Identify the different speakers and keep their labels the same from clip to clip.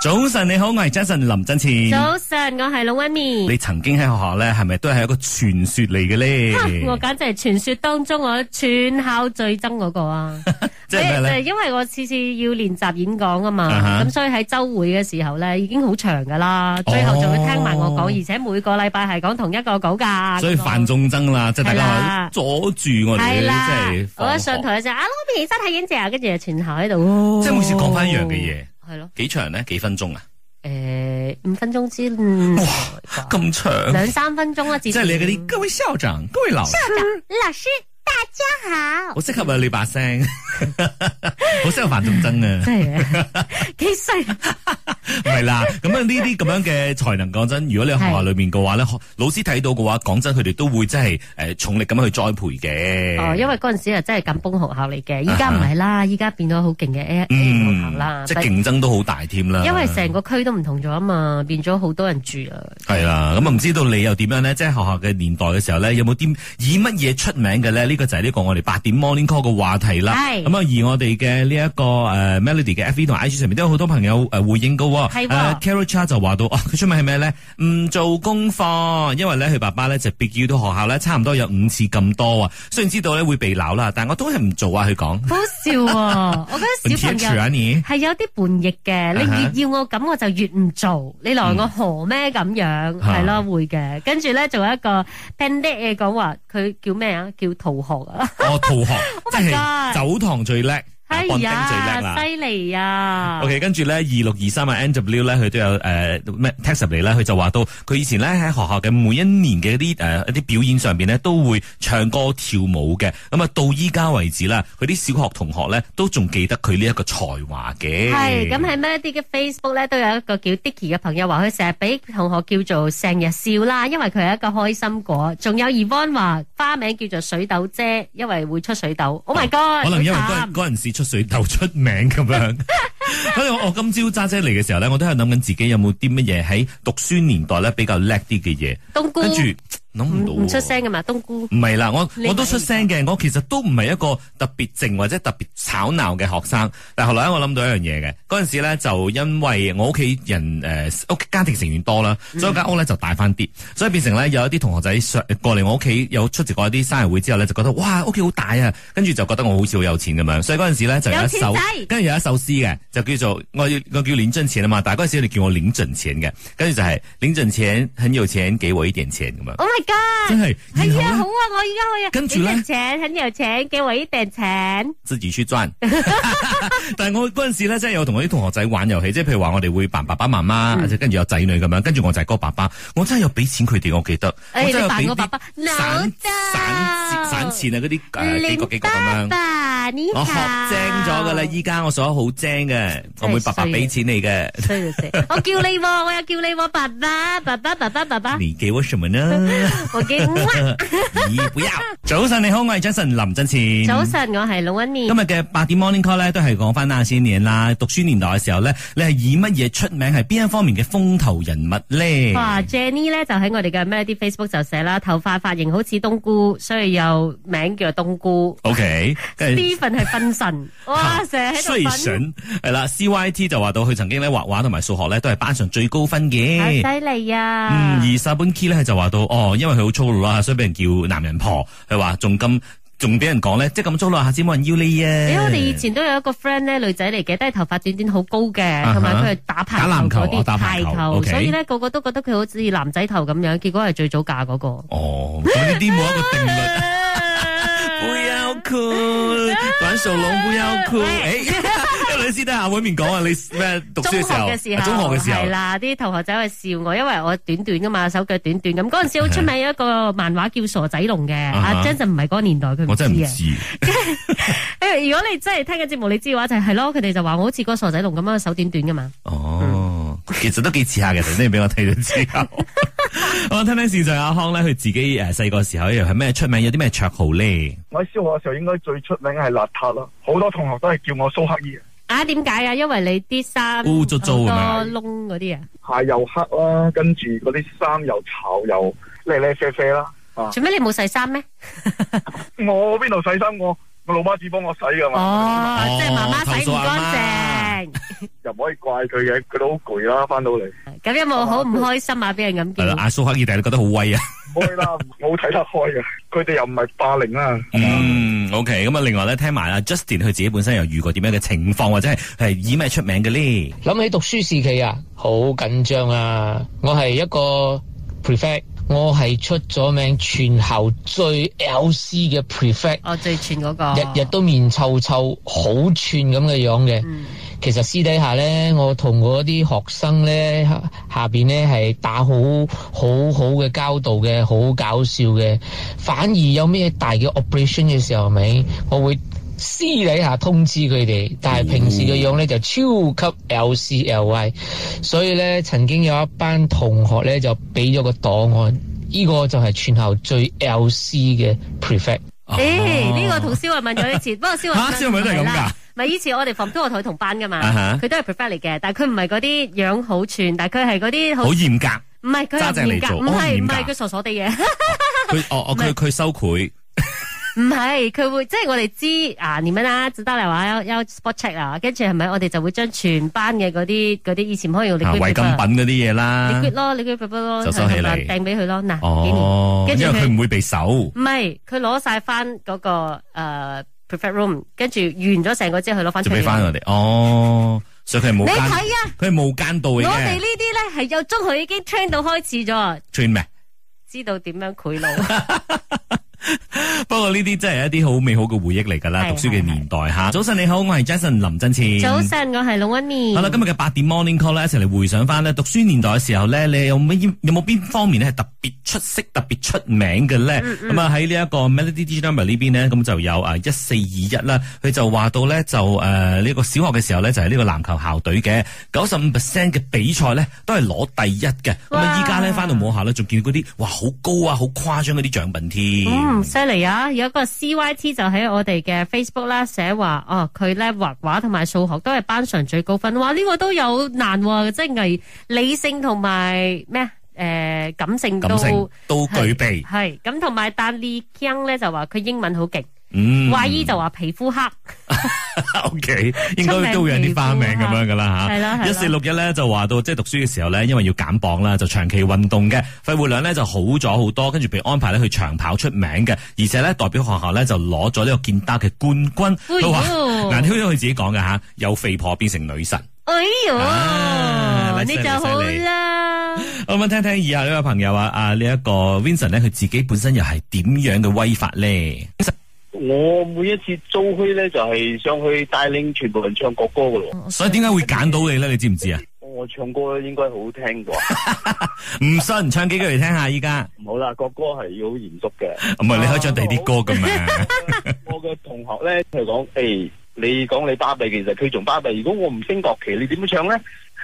Speaker 1: 早晨你好，我係 Jason 林振前。
Speaker 2: 早晨，我係老 w 咪。
Speaker 1: 你曾經喺學校咧，係咪都係一個傳說嚟嘅咧？
Speaker 2: 我簡直係傳說當中我全校最憎嗰個啊！
Speaker 1: 即係咩
Speaker 2: 就
Speaker 1: 咧
Speaker 2: 係？因為我次次要練習演講啊嘛，
Speaker 1: 啊哈
Speaker 2: 咁、所以喺周會嘅時候咧已經好長噶啦，最後仲要聽埋我講，
Speaker 1: 哦
Speaker 2: 而且每個禮拜係講同一個稿噶。
Speaker 1: 所以犯眾憎啦，即係大
Speaker 2: 係
Speaker 1: 家
Speaker 2: 啦
Speaker 1: 阻住我哋，
Speaker 2: 係
Speaker 1: 即
Speaker 2: 啦
Speaker 1: 係，
Speaker 2: 我
Speaker 1: 放
Speaker 2: 一
Speaker 1: 學
Speaker 2: 上台就啊，我未真係演謝，跟住全校喺度，
Speaker 1: 即係每次講翻一樣嘅嘢，
Speaker 2: 係咯，
Speaker 1: 幾長咧？幾分鐘啊？
Speaker 2: 誒五分鐘之內吧
Speaker 1: 咁長，
Speaker 2: 兩三分鐘啦，至
Speaker 1: 即係你嗰啲各位校長、各位老師，
Speaker 2: 老師大家好
Speaker 1: 好。適合啊！你把聲， 好適合犯眾憎 啊！
Speaker 2: 真係幾衰，
Speaker 1: 唔係啦，咁啊呢啲咁樣嘅才能，講真，如果你喺學校裏面嘅話咧，學老師睇到嘅話，講真，佢哋都會真係誒重力咁樣去栽培嘅。
Speaker 2: 哦，因為嗰陣時啊真係緊崩學校嚟嘅，依家唔係啦，依家變咗好勁嘅 A A 學校啦
Speaker 1: 嗯，，即係競爭都好大添啦。
Speaker 2: 因為成個區都唔同咗啊嘛，變咗好多人住啊，
Speaker 1: 係啦，咁啊唔知道你又點樣咧？即係學校嘅年代嘅時候咧，有冇啲以乜嘢出名嘅咧？呢、個就係呢個我哋八點 morning call 嘅話題啦。
Speaker 2: 係
Speaker 1: 咁啊，而我哋嘅呢一個诶 Melody 嘅 FB 同 IG 上面都有好多朋友诶回應噶、喎。
Speaker 2: 係喎
Speaker 1: c a r o l Cha 就話到，哦，佢出名係咩咧？唔做功課，因為咧佢爸爸咧就別要到學校咧，差唔多有五次咁多啊。雖然知道咧會被鬧啦，但我都係唔做啊。佢講，
Speaker 2: 好笑啊！我覺得小
Speaker 1: 本
Speaker 2: 朋
Speaker 1: 天
Speaker 2: 友
Speaker 1: 廚啊你
Speaker 2: 係有啲叛逆嘅，
Speaker 1: 啊哈
Speaker 2: 你越要我咁我就越唔做，你來我何咩咁樣？
Speaker 1: 啊
Speaker 2: 係咯，會嘅。跟住咧仲有一個 bandit 講話，佢叫咩啊？叫逃學啊！
Speaker 1: 我逃學，
Speaker 2: Oh
Speaker 1: 即係
Speaker 2: my God
Speaker 1: 走堂最叻，啊
Speaker 2: 哎
Speaker 1: 蹦丁最叻啦
Speaker 2: 呀，。犀利啊！
Speaker 1: OK，跟住咧，二六二三啊，N W 咧，佢都有誒咩 text 入嚟啦，佢就話到佢以前咧喺學校嘅每一年嘅一啲誒一啲表演上邊咧，都會唱歌跳舞嘅。咁啊，到依家為止啦，佢啲小學同學咧都仲記得佢呢一個才華嘅。
Speaker 2: 係咁喺 Melody 嘅 Facebook 咧，都有一個叫 Dicky 嘅朋友話，佢成日俾同學叫做成日笑啦，因為佢係一個開心果。仲有 Evan 話花名叫做水豆姐，因為會出水豆。Oh my god！
Speaker 1: 可能因為
Speaker 2: 好
Speaker 1: 嗰
Speaker 2: 慘
Speaker 1: 嗰陣時出水痘出名咁樣。所以我我今朝揸車嚟嘅時候咧，我都係諗緊自己有冇啲乜嘢喺讀書年代咧比較叻啲嘅嘢，
Speaker 2: 冬菇
Speaker 1: 跟住
Speaker 2: 唔
Speaker 1: 諗唔到
Speaker 2: 唔出
Speaker 1: 喎
Speaker 2: 聲噶嘛，冬菇
Speaker 1: 唔係啦，我
Speaker 2: 你
Speaker 1: 我都出聲嘅，我其實都唔係一個特別靜或者特別吵鬧嘅學生。但後來咧，我諗到一樣嘢嘅，嗰陣時咧就因為我屋企人誒屋、家庭成員多啦，
Speaker 2: 嗯
Speaker 1: 所以間屋咧就大翻啲，所以變成咧有一啲同學仔上過嚟我屋企有出席過一啲生日會之後咧，就覺得哇屋企好大啊，跟住就覺得我好似好有錢咁樣，所以嗰陣時咧就有一首
Speaker 2: 有錢仔
Speaker 1: 跟住有一首詩嘅，就叫做我要我叫領盡錢啊嘛，但係嗰陣時你叫我領盡錢嘅，跟住就係、領盡錢很有錢，給我一點錢咁樣，
Speaker 2: ！Oh my god！
Speaker 1: 真係然
Speaker 2: 係
Speaker 1: 後
Speaker 2: 啊，
Speaker 1: 呢
Speaker 2: 好啊，我依家可以
Speaker 1: 跟住呢
Speaker 2: 有人請，很有請，給我一定請。
Speaker 1: 自己去賺。 但係我嗰陣時咧，真係有同我啲同學仔玩遊戲，即係譬如話我哋會扮爸爸媽媽，
Speaker 2: 嗯
Speaker 1: 或者跟住有仔女咁樣，跟住我就係嗰個爸爸，我真係有俾錢佢哋，我記得，
Speaker 2: 哎
Speaker 1: 我真係有
Speaker 2: 你扮
Speaker 1: 俾
Speaker 2: 我
Speaker 1: 啲
Speaker 2: 爸爸
Speaker 1: 散
Speaker 2: 扭得
Speaker 1: 散散錢啊嗰啲誒幾個幾個咁
Speaker 2: 爸
Speaker 1: 樣。
Speaker 2: 爸，你啊
Speaker 1: 我學
Speaker 2: 好
Speaker 1: 精咗噶啦，依家我所好精嘅，我會白白俾錢你嘅。
Speaker 2: 衰到死我叫你喎，我又叫你喎，爸爸，爸爸，爸爸，爸爸，
Speaker 1: 你給我什麼呢？
Speaker 2: 我叫。
Speaker 1: 你不要。早晨你好，我係 Jason 林振前。
Speaker 2: 早晨，我係老温面
Speaker 1: 今。日嘅八點 Morning Call 咧，都係講翻那些年啦。讀書年代嘅時候咧，你係以乜嘢出名？係邊一方面嘅風頭人物咧？
Speaker 2: 哇，Jenny Ờ, 咧就喺我哋嘅 Melody Facebook 就寫啦，頭髮髮型好似冬菇，所以又名叫冬菇。
Speaker 1: O K，跟住
Speaker 2: Steven 係分神，哇，成日喺
Speaker 1: 衰
Speaker 2: 度分，
Speaker 1: 神係啦，C Y T 就話到佢曾經咧畫畫同埋數學咧都係班上最高分
Speaker 2: 好
Speaker 1: 嘅。
Speaker 2: 犀利
Speaker 1: 嗯，
Speaker 2: 啊！
Speaker 1: 而 s a b u n k i 咧佢就話到哦，因為佢好粗魯啦，所以俾人叫男人婆。佢話仲咁仲俾人講咧，即係咁粗魯，下次冇人要你啊！
Speaker 2: 因為我哋以前都有一個 friend 咧，女仔嚟嘅，都係頭髮短短好高嘅，
Speaker 1: 哈
Speaker 2: 同埋佢係打排
Speaker 1: 打籃球
Speaker 2: 球嗰
Speaker 1: 哦
Speaker 2: 啲
Speaker 1: 打排球，OK
Speaker 2: 所以咧個個都覺得佢好似男仔頭咁樣，結果係最早嫁嗰個。
Speaker 1: 哦，咁呢啲冇一個定律。不 要哭，短手龍不要哭。
Speaker 2: 哎
Speaker 1: 哎诶，啲女师得下碗面講啊，你咩讀書
Speaker 2: 中學
Speaker 1: 嘅
Speaker 2: 嘅
Speaker 1: 時候，
Speaker 2: 時
Speaker 1: 啊
Speaker 2: 候，
Speaker 1: 中學嘅時候
Speaker 2: 係，啦，啲同學仔去笑我，因為我短短噶嘛，手腳短短咁。嗰陣時好出名有一個漫畫叫傻仔龍嘅，
Speaker 1: 哈
Speaker 2: 阿 Jen 就唔係嗰個年代，佢
Speaker 1: 我
Speaker 2: 唔
Speaker 1: 真係唔
Speaker 2: 知啊。
Speaker 1: 知。
Speaker 2: 誒如果你真係聽嘅節目，你知嘅話就係係咯，佢哋就話我好似嗰個傻仔龍咁樣手短 短噶嘛。
Speaker 1: 哦，其實都幾似下嘅，頭先你俾我睇咗之 後。我聽聽線上阿康咧，佢自己誒細個時候哎又係咩出名，有啲咩綽號咧？
Speaker 3: 我喺小學嘅時候應該最出名係邋遢咯，好多同學都係叫我蘇乞衣，
Speaker 2: 啊，點解啊？因為你啲衫
Speaker 1: 污糟糟啊
Speaker 2: 好多窿嗰啲啊，
Speaker 3: 鞋又黑啦，跟住嗰啲衫又潮又咧咧啡啡啦。啊！
Speaker 2: 做咩你冇洗衫咩？
Speaker 3: 我邊度洗衫我我老媽子幫我洗噶嘛。
Speaker 2: 哦，
Speaker 1: 哦
Speaker 2: 即係媽媽洗唔
Speaker 1: 投訴阿媽
Speaker 2: 乾淨。
Speaker 3: 又唔可以怪佢嘅，佢都好攰啦，翻到嚟。
Speaker 2: 咁有冇好唔開心啊？俾人咁
Speaker 1: 係啦，
Speaker 2: 叫，
Speaker 1: 阿蘇克爾弟你覺得好威啊！
Speaker 3: 開啦， 冇睇得開嘅，佢哋又唔係霸凌啊啦。
Speaker 1: 嗯，OK，咁啊，另外咧，聽埋阿 Justin 佢自己本身又遇過點樣嘅情況，或者係係以咩出名嘅咧？
Speaker 4: 諗起讀書時期啊，好緊張啊！我係一個 prefect，我係出咗名全校最 LC 嘅 prefect，
Speaker 2: 我最串嗰個，
Speaker 4: 日日都面臭臭，好串咁嘅樣嘅。
Speaker 2: 嗯
Speaker 4: 其實私底下呢，我同嗰啲學生呢，下下邊呢係打好好好嘅交道嘅，好搞笑嘅。反而有咩大嘅 operation 嘅時候，咪我會私底下通知佢哋，但係平時嘅樣呢就超級 L C L Y。所以呢，曾經有一班同學呢就俾咗個檔案，呢、個就係全校最 L C 嘅 prefect。
Speaker 2: 誒，呢個同蕭慧敏有 一次，不過蕭慧
Speaker 1: 嚇
Speaker 2: 敏
Speaker 1: 蕭慧敏都係咁㗎
Speaker 2: 唔啦。咪以前我哋 form two 我同佢同班噶嘛
Speaker 1: 啊哈，
Speaker 2: 佢都係 prefect 嚟嘅，但係佢唔係嗰啲樣好串，但係佢係嗰啲好
Speaker 1: 哦好嚴格，
Speaker 2: 唔係佢
Speaker 1: 揸
Speaker 2: 係
Speaker 1: 正嚟
Speaker 2: 嚴格，
Speaker 1: 做
Speaker 2: 唔
Speaker 1: 哦
Speaker 2: 係
Speaker 1: 嚴
Speaker 2: 唔
Speaker 1: 格
Speaker 2: 係佢傻傻地嘅，
Speaker 1: 佢哦哦，
Speaker 2: 唔係
Speaker 1: 佢佢收佢，
Speaker 2: 唔係佢會即係我哋知啊點樣啦，只得嚟話有有 spot check 啊，跟住係咪我哋就會將全班嘅嗰啲嗰啲以前可以用
Speaker 1: 啊違
Speaker 2: liquid
Speaker 1: 禁
Speaker 2: paper
Speaker 1: 品嗰啲嘢
Speaker 2: liquid
Speaker 1: 啦。
Speaker 2: 咯，liquid paper 咯，
Speaker 1: 就收起嚟
Speaker 2: 係咪掟俾佢咯，嗱幾年。
Speaker 1: 哦，
Speaker 2: 跟住
Speaker 1: 因為
Speaker 2: 佢
Speaker 1: 佢唔會被搜。
Speaker 2: 唔係，佢攞晒翻嗰個诶 prefect room，跟住完咗成個之後，佢攞翻出
Speaker 1: 就俾
Speaker 2: 嚟。
Speaker 1: 翻我哋。哦，所以佢係冇
Speaker 2: 你睇
Speaker 1: 奸，
Speaker 2: 啊，
Speaker 1: 佢係冇奸到
Speaker 2: 我
Speaker 1: 嘅
Speaker 2: 哋
Speaker 1: 啫
Speaker 2: 呢。啲咧係由中學已經 train 到開始咗，
Speaker 1: 串咩？
Speaker 2: 知道點樣賄賂。
Speaker 1: 不過呢啲真係一啲好美好嘅回憶嚟㗎啦，
Speaker 2: 係
Speaker 1: 讀書嘅年代吓。早晨你好，我係 Jason 林振前。
Speaker 2: 早晨，我係老温面。
Speaker 1: 好啦，今日嘅八點 Morning Call 咧，一齊嚟回想翻咧讀書年代嘅時候咧，你有乜有冇邊方面咧係特別出色、特別出名嘅咧？咁啊喺呢一個 Melody D Number 呢邊咧，咁就有啊一四二一啦，佢就話到咧就誒呢個小學嘅時候咧就係呢個籃球校隊嘅九十五 percent 嘅比賽咧都係攞第一嘅，咁啊
Speaker 2: 哇
Speaker 1: 依家咧翻到母校咧仲見到嗰啲哇好高啊、好誇張嗰啲獎品添。
Speaker 2: 嗯，犀利啊！有一個 CYT 就喺我哋嘅 Facebook 啦，寫話哦，佢咧畫畫同埋數學都係班上最高分。哇，呢、個都有難喎、即係藝理性同埋咩诶感性都
Speaker 1: 感性都具備，
Speaker 2: 係咁，同埋但 Lee Kyung 咧就話佢英文好勁，
Speaker 1: 嗯，
Speaker 2: Y 姨就話皮膚黑，
Speaker 1: O K，應該都會有啲花名咁樣噶啦
Speaker 2: 係啦
Speaker 1: 嚇。
Speaker 2: 係啦
Speaker 1: 一四六一咧就話到，即係讀書嘅時候咧，因為要減磅啦，就長期運動嘅，肺活量咧就好咗好多，跟住被安排咧去長跑出名嘅，而且咧代表學校咧就攞咗呢個健達嘅冠軍。
Speaker 2: 哎
Speaker 1: 佢話
Speaker 2: 呦
Speaker 1: 嗱，呢個佢自己講嘅嚇，由肥婆變成女神。
Speaker 2: 哎
Speaker 1: 啊
Speaker 2: 呦，
Speaker 1: 犀
Speaker 2: 你
Speaker 1: 利
Speaker 2: 就好
Speaker 1: 犀利
Speaker 2: 啦。
Speaker 1: 我咁聽聽以下呢位朋友啊，啊呢一個 Vincent 咧，佢自己本身又係點樣嘅威法咧？
Speaker 5: 我每一次租墟咧，就係上去帶領全部人唱國歌噶咯。
Speaker 1: 所以點解會揀到你咧？你知唔知啊？
Speaker 5: 我唱歌應該好好聽啩，
Speaker 1: 唔信，唱幾句嚟聽下依家。
Speaker 5: 唔好啦，國歌係要好嚴肅
Speaker 1: 唔
Speaker 5: 嘅。
Speaker 1: 係你可以唱第二啲歌噶嘛？
Speaker 5: 我嘅同學咧，佢講：誒，你講你巴閉，其實佢仲巴閉。如果我唔升國旗，你點樣唱咧？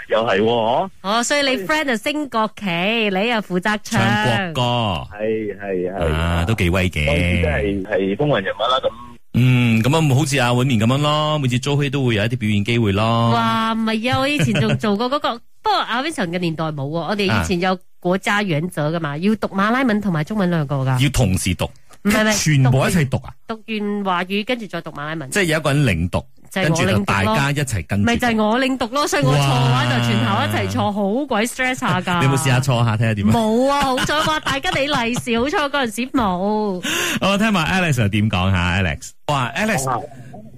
Speaker 5: 又係喎，嗬
Speaker 2: 哦，所以你 friend 就升國旗，你又負責唱
Speaker 1: 唱國歌。
Speaker 5: 係係係。
Speaker 1: 啊，都幾威
Speaker 5: 當然真
Speaker 1: 嘅。
Speaker 5: 係係風雲人物啦。咁
Speaker 1: 嗯，咁啊，好似阿婉面咁樣咯，每次租墟都會有一啲表演機會咯。
Speaker 2: 哇，唔係啊！我以前仲做過嗰、 個，不過阿 Vincent 嘅年代冇喎。我哋以
Speaker 1: 啊
Speaker 2: 前有國家原則噶嘛，要讀馬拉文同埋中文兩個㗎，
Speaker 1: 要同時讀，
Speaker 2: 唔係唔係，
Speaker 1: 全部
Speaker 2: 讀
Speaker 1: 一齊讀啊！
Speaker 2: 讀完華語跟住再讀馬拉文，
Speaker 1: 即係有一個人領讀，
Speaker 2: 就係
Speaker 1: 跟
Speaker 2: 我
Speaker 1: 住就
Speaker 2: 領
Speaker 1: 大
Speaker 2: 讀咯。
Speaker 1: 家一齊跟住讀。
Speaker 2: 咪就係我領讀咯，所以我錯嘅話就全校一齊錯，
Speaker 1: 哇
Speaker 2: 好鬼 stress 下㗎。
Speaker 1: 你有冇試下錯下睇下點啊？
Speaker 2: 冇啊！好彩話大家你利是，好彩我嗰陣時冇。
Speaker 1: 我聽埋 Alex 又點講下 Alex？哇，Alex
Speaker 5: 啊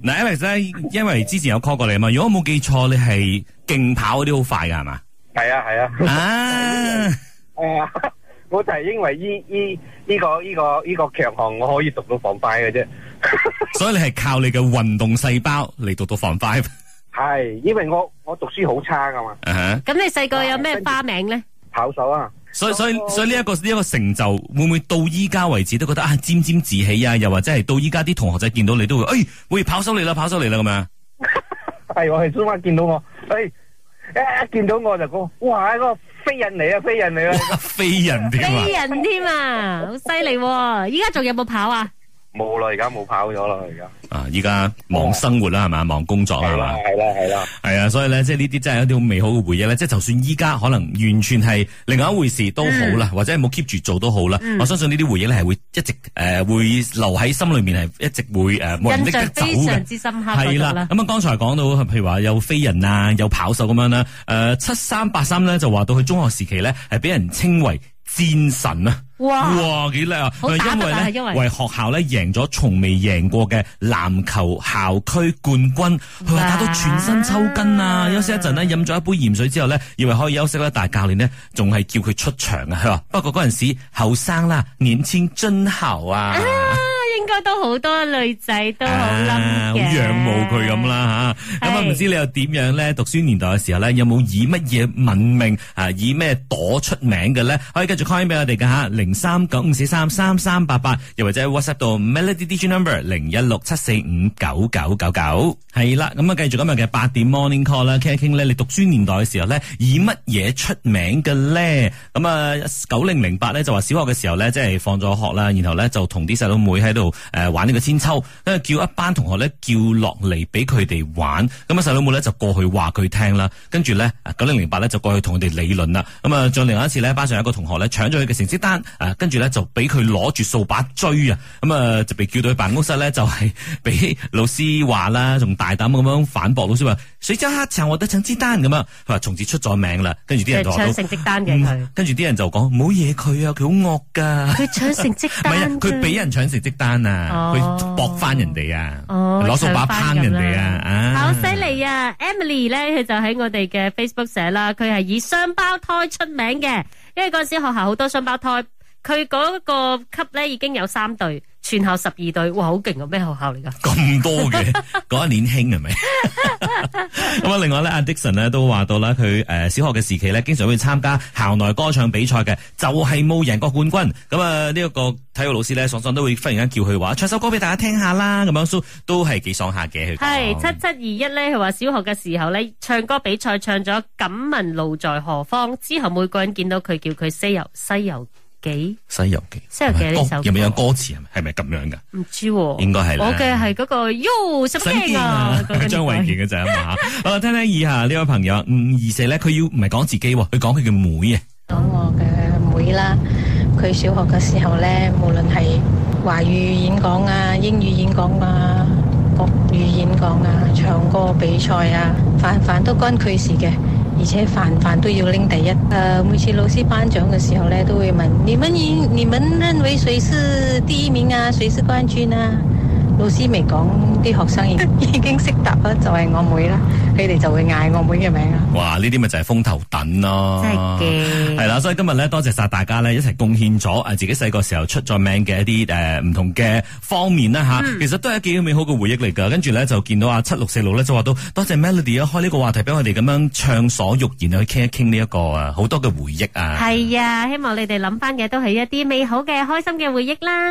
Speaker 1: 嗱 Alex 咧，因為之前有 call 過你啊嘛，如果我冇記錯，你係競跑嗰啲好快㗎係 嘛？
Speaker 6: 係啊係啊，
Speaker 1: 啊，
Speaker 6: 诶、 我就係因為依依依個依、個依、個強項，我可以讀到防快嘅啫。
Speaker 1: 所以你係靠你嘅運動細胞嚟讀到 Form Five
Speaker 6: 係，因為我我讀書好差噶嘛，
Speaker 1: 啊哈
Speaker 2: 咁你細個有咩花名咧？
Speaker 6: 跑手啊，
Speaker 1: 所以所以所以呢、一個呢一、個成就，會唔會到依家為止都覺得啊沾沾自喜啊？又或者係到依家啲同學仔見到你都會，哎，喂，跑手嚟啦，跑手嚟啦咁樣。
Speaker 6: 係我去中間見到我，诶、一見到我就講，哇，嗰、個飛人嚟啊，飛人嚟啊！
Speaker 1: 飛人添啊！
Speaker 2: 飛人添啊，好犀利喎！依家仲有冇跑啊？
Speaker 5: 冇啦，而家冇跑咗啦，而家
Speaker 1: 啊，依家忙生活啦，係啊嘛，忙工作啦，係嘛。
Speaker 5: 系啦系啦，
Speaker 1: 系啊，所以咧，即系呢啲真係一啲好美好嘅回憶咧。即系就算依家可能完全係另外一回事都好啦，或者冇 keep 住做都好啦。我相信呢啲回憶咧係會一直诶、呃、会留喺心裏面，係一直會诶冇、人拎
Speaker 2: 印
Speaker 1: 得
Speaker 2: 象
Speaker 1: 走
Speaker 2: 非
Speaker 1: 嘅
Speaker 2: 常。之深刻
Speaker 1: 係
Speaker 2: 嗰度
Speaker 1: 啦
Speaker 2: 啦，。
Speaker 1: 咁啊，剛才講到譬如話有飛人啊，有跑手咁樣啦。诶、七三八三咧就話到佢中學時期咧係俾人稱為戰神啊。
Speaker 2: 哇！
Speaker 1: 哇，幾叻啊！
Speaker 2: 好打得啊
Speaker 1: 因為咧，
Speaker 2: 因為
Speaker 1: 為學校咧贏咗從未贏過嘅籃球校區冠軍，佢話打到全身抽筋啊！
Speaker 2: 哇
Speaker 1: 休息一陣咧，飲咗一杯鹽水之後咧，以為可以休息啦，但係教練呢仲係叫佢出場啊！佢話不過嗰陣時後生啦，年輕真姣啊！
Speaker 2: 應該都好多女仔都好
Speaker 1: 啊
Speaker 2: 冧
Speaker 1: 好
Speaker 2: 嘅，
Speaker 1: 仰慕佢咁。啦吓，咁啊
Speaker 2: 係
Speaker 1: 唔知你又點樣咧？讀書年代嘅時候咧，有冇以乜嘢聞名啊？以咩朵出名嘅咧？可以繼續 call in 俾我哋嘅吓，零三九五四三三三八八，又或者 WhatsApp 到 Melody DJ number 零一六七四五九九九九。係啦，咁啊繼續今日嘅八點 Morning Call 啦，傾一傾咧，你讀書年代嘅時候咧，以乜嘢出名嘅咧？咁啊九零零八咧就話小學嘅時候咧，即係放咗學啦，然後咧就同啲細佬妹喺度誒玩呢個千秋，跟住叫一班同學咧叫落嚟俾佢哋玩，咁啊細佬妹咧就過去話佢聽啦，跟住咧九零零八咧就過去同佢哋理論啦，咁啊再另外一次咧班上有一個同學咧搶咗佢嘅成績單，誒跟住咧就俾佢攞住掃把追啊，咁啊就被叫到去辦公室咧就係、俾老師話啦，仲大膽咁樣反駁老師話，水州黑查我得成績單咁啊，佢話從此出咗名啦，跟住啲
Speaker 2: 即係
Speaker 1: 人就話到
Speaker 2: 搶成績單嘅佢
Speaker 1: 嗯，跟住啲人就講唔好惹佢啊，佢好惡㗎。
Speaker 2: 佢搶成績
Speaker 1: 唔係啊
Speaker 2: 單，，
Speaker 1: 佢俾人搶成績單啊，
Speaker 2: 哦
Speaker 1: 佢搏翻人哋啊，
Speaker 2: 哦
Speaker 1: 攞掃把抨人哋啊，
Speaker 2: 好
Speaker 1: 啊，
Speaker 2: 犀利啊！Emily 咧，佢就喺我哋嘅 Facebook 寫啦，佢係以雙胞胎出名嘅，因為嗰陣時學校好多雙胞胎，佢嗰個級咧已經有三隊，全校十二隊，哇，好勁啊！咩學校嚟㗎？
Speaker 1: 咁多嘅， 嗰一年興係咪？咁啊，另外咧，阿 Dixon 咧都話到啦，佢誒、呃小學嘅時期咧，經常會參加校內歌唱比賽嘅，就係、冇贏過冠軍。咁啊，呢一個體育老師咧，爽爽都會忽然間叫佢話唱首歌俾大家聽下啦，咁樣都都係幾爽下嘅。佢
Speaker 2: 係
Speaker 1: 講
Speaker 2: 七七二一咧，佢話小學嘅時候咧，唱歌比賽唱咗《敢問路在何方》，之後每個人見到佢叫佢《西遊西遊記
Speaker 1: 《西遊記》，
Speaker 2: 西遊記呢
Speaker 1: 哦係咪
Speaker 2: 首歌
Speaker 1: 有冇有歌詞啊係咪係咪咁樣㗎？》，
Speaker 2: 唔知喎，
Speaker 1: 應該係啦
Speaker 2: 我嘅係嗰個喲，使乜驚啊？嗰個
Speaker 1: 張
Speaker 2: 年代
Speaker 1: 衛健嘅就係啊嘛。 好啦，聽聽以下呢位朋友啊，五二四咧，佢要唔係講自己喎，佢講佢嘅妹啊。
Speaker 7: 講我嘅妹啦，佢小學嘅時候呢，無論係華語演講啊、英語演講啊、國語演講啊、唱歌比賽啊，凡凡都關佢事嘅，而且凡凡都要拎第一。誒、呃每次老師頒獎嘅時候呢，都會問：你們認你們認為誰是第一名啊？誰是冠軍啊？老師未講，啲學生已已經識答啦，就係、我妹啦，佢哋就會嗌我妹嘅名啦。
Speaker 1: 哇！呢啲咪就係風頭等咯，
Speaker 2: 真係嘅
Speaker 1: 係啦，所以今日咧，多謝晒大家咧，一齊貢獻咗啊自己細個時候出咗名嘅一啲誒唔同嘅方面啦吓，
Speaker 2: 嗯
Speaker 1: 其實都係幾美好嘅回憶嚟㗎。跟住咧就見到啊七六四六咧就話到，多謝 Melody 啊開呢個話題俾我哋咁樣暢所欲言去傾一傾呢一個啊好多嘅回憶啊。
Speaker 2: 系啊，希望你哋諗翻嘅都係一啲美好嘅、開心嘅回憶啦。